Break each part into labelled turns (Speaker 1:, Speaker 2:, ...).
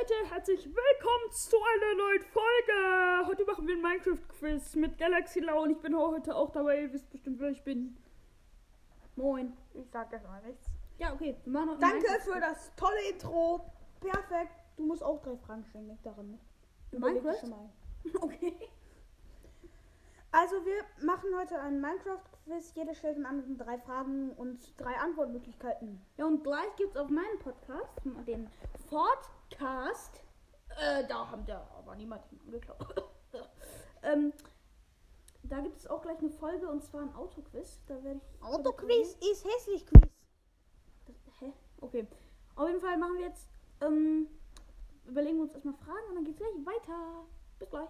Speaker 1: Leute, herzlich willkommen zu einer neuen Folge. Heute machen wir ein Minecraft-Quiz mit Galaxy Lau und ich bin heute auch dabei. Ihr wisst bestimmt, wer ich bin. Moin.
Speaker 2: Ich sag erstmal nichts.
Speaker 1: Ja, okay, wir machen noch ein
Speaker 2: Danke
Speaker 1: Minecraft-
Speaker 2: für das tolle Intro. Perfekt. Du musst auch drei Fragen stellen, denk daran. Überleg
Speaker 1: Minecraft?
Speaker 2: dich schon mal.
Speaker 1: Okay.
Speaker 2: Also wir machen heute einen Minecraft-Quiz. Jeder stellt dem anderen drei Fragen und drei Antwortmöglichkeiten.
Speaker 1: Ja, und gleich gibt's auf meinem Podcast, den Podcast. Äh, da haben da aber niemand geglaubt. ähm, da gibt es auch gleich eine Folge und zwar ein Autoquiz. Da werde ich.
Speaker 2: ist hässlich Quiz.
Speaker 1: Hä? Okay. Auf jeden Fall machen wir jetzt, ähm, überlegen wir uns erstmal Fragen und dann geht's gleich weiter. Bis gleich.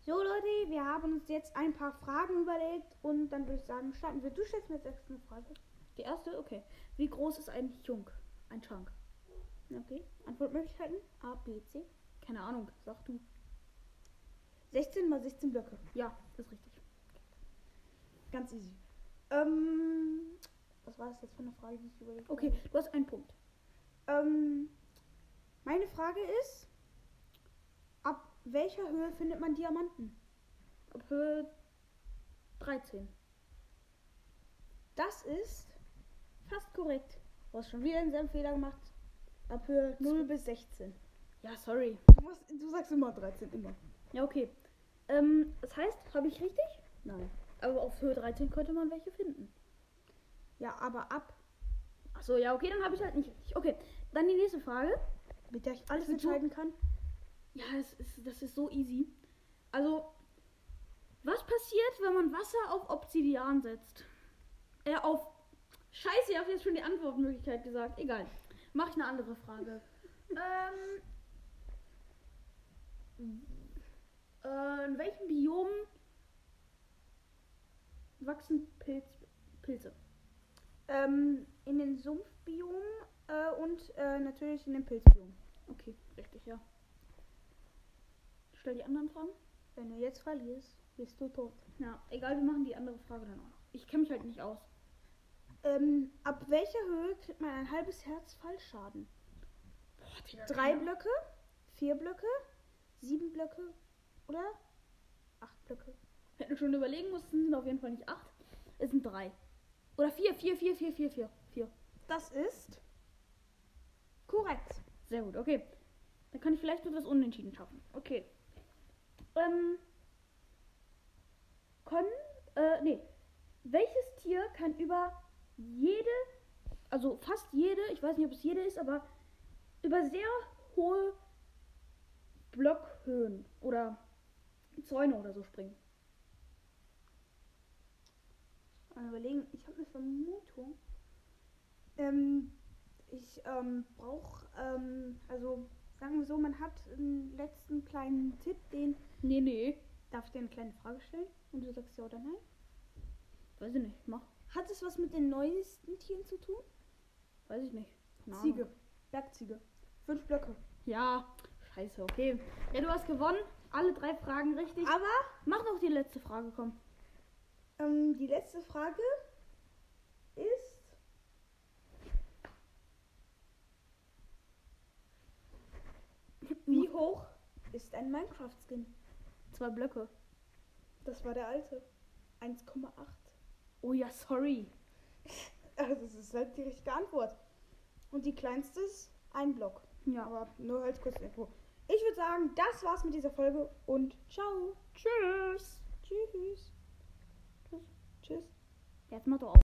Speaker 2: So Leute, wir haben uns jetzt ein paar Fragen überlegt und dann würde ich sagen, starten wir. Du stellst mir jetzt erst eine Frage.
Speaker 1: Die erste, okay. Wie groß ist ein Junk? Ein Chunk. Okay. Antwortmöglichkeiten? A, B, C. Keine Ahnung, sag du.
Speaker 2: 16 mal 16 Blöcke.
Speaker 1: Ja, ist richtig.
Speaker 2: Ganz easy. Ähm, was war das jetzt für eine Frage, die ich überlegt habe?
Speaker 1: Okay, du hast einen Punkt.
Speaker 2: Ähm, meine Frage ist, ab welcher Höhe findet man Diamanten?
Speaker 1: Ab Höhe 13.
Speaker 2: Das ist,
Speaker 1: Fast korrekt.
Speaker 2: du hast schon wieder denselben Fehler gemacht, ab Höhe 0 bis 16.
Speaker 1: Ja, sorry.
Speaker 2: Du, musst, du sagst immer 13, immer.
Speaker 1: Ja, okay. Ähm, das heißt, habe ich richtig?
Speaker 2: Nein.
Speaker 1: Aber auf Höhe 13 könnte man welche finden.
Speaker 2: Ja, aber ab,
Speaker 1: Achso, ja, okay, dann habe ich halt nicht richtig. Okay, dann die nächste Frage.
Speaker 2: mit der ich alles
Speaker 1: Mit du-
Speaker 2: entscheiden kann.
Speaker 1: Mhm. Ja, das ist, das ist so easy. Also, was passiert, wenn man Wasser auf Obsidian setzt? Äh, auf. Scheiße, ich habe jetzt schon die Antwortmöglichkeit gesagt. Egal. Mach ich eine andere Frage. ähm. Äh, in welchem Biom wachsen Pilz, Pilze?
Speaker 2: Ähm, in den Sumpfbiom äh, und äh, natürlich in den Pilzbiom.
Speaker 1: Okay, richtig, ja. Stell die anderen Fragen.
Speaker 2: Wenn du jetzt verlierst, bist du tot.
Speaker 1: Ja, egal, wir machen die andere Frage dann auch noch. Ich kenne mich halt nicht aus.
Speaker 2: Ähm, ab welcher Höhe kriegt man ein halbes Herz Fallschaden? Drei
Speaker 1: Blö-
Speaker 2: Blöcke, vier Blöcke, sieben Blöcke oder acht Blöcke.
Speaker 1: Wir hätten schon überlegen mussten, sind auf jeden Fall nicht acht. Es sind drei. Oder vier, vier, vier, vier, vier, vier, vier.
Speaker 2: Das ist korrekt.
Speaker 1: Sehr gut, okay. Dann kann ich vielleicht nur das Unentschieden schaffen. Okay. Ähm. Können. Äh, nee. Welches Tier kann über jede, also fast jede, ich weiß nicht, ob es jede ist, aber über sehr hohe Blockhöhen oder Zäune oder so springen?
Speaker 2: Mal überlegen, ich habe eine Vermutung. Ähm, ich ähm, brauche, ähm, also sagen wir so, man hat einen letzten kleinen Tipp, den
Speaker 1: Nee, nee.
Speaker 2: darf ich dir eine kleine Frage stellen und du sagst ja oder nein.
Speaker 1: Weiß ich nicht, mach.
Speaker 2: Hat es was mit den neuesten Tieren zu tun?
Speaker 1: Weiß ich nicht. Keine Ahnung.
Speaker 2: Ziege, Bergziege, fünf Blöcke.
Speaker 1: Ja, scheiße, okay. Ja, du hast gewonnen. Alle drei Fragen richtig.
Speaker 2: Aber
Speaker 1: Mach noch die letzte Frage, komm.
Speaker 2: Ähm, die letzte Frage ist. Wie hoch ist ein Minecraft-Skin?
Speaker 1: Zwei Blöcke.
Speaker 2: Das war der alte. 1,8.
Speaker 1: Oh ja, sorry.
Speaker 2: Also, das ist halt die richtige Antwort. Und die kleinste ist ein Block.
Speaker 1: Ja.
Speaker 2: Aber nur als kurze Info. Ich würde sagen, das war's mit dieser Folge und ciao.
Speaker 1: Tschüss.
Speaker 2: Tschüss. Tschüss.
Speaker 1: Jetzt mach doch auf.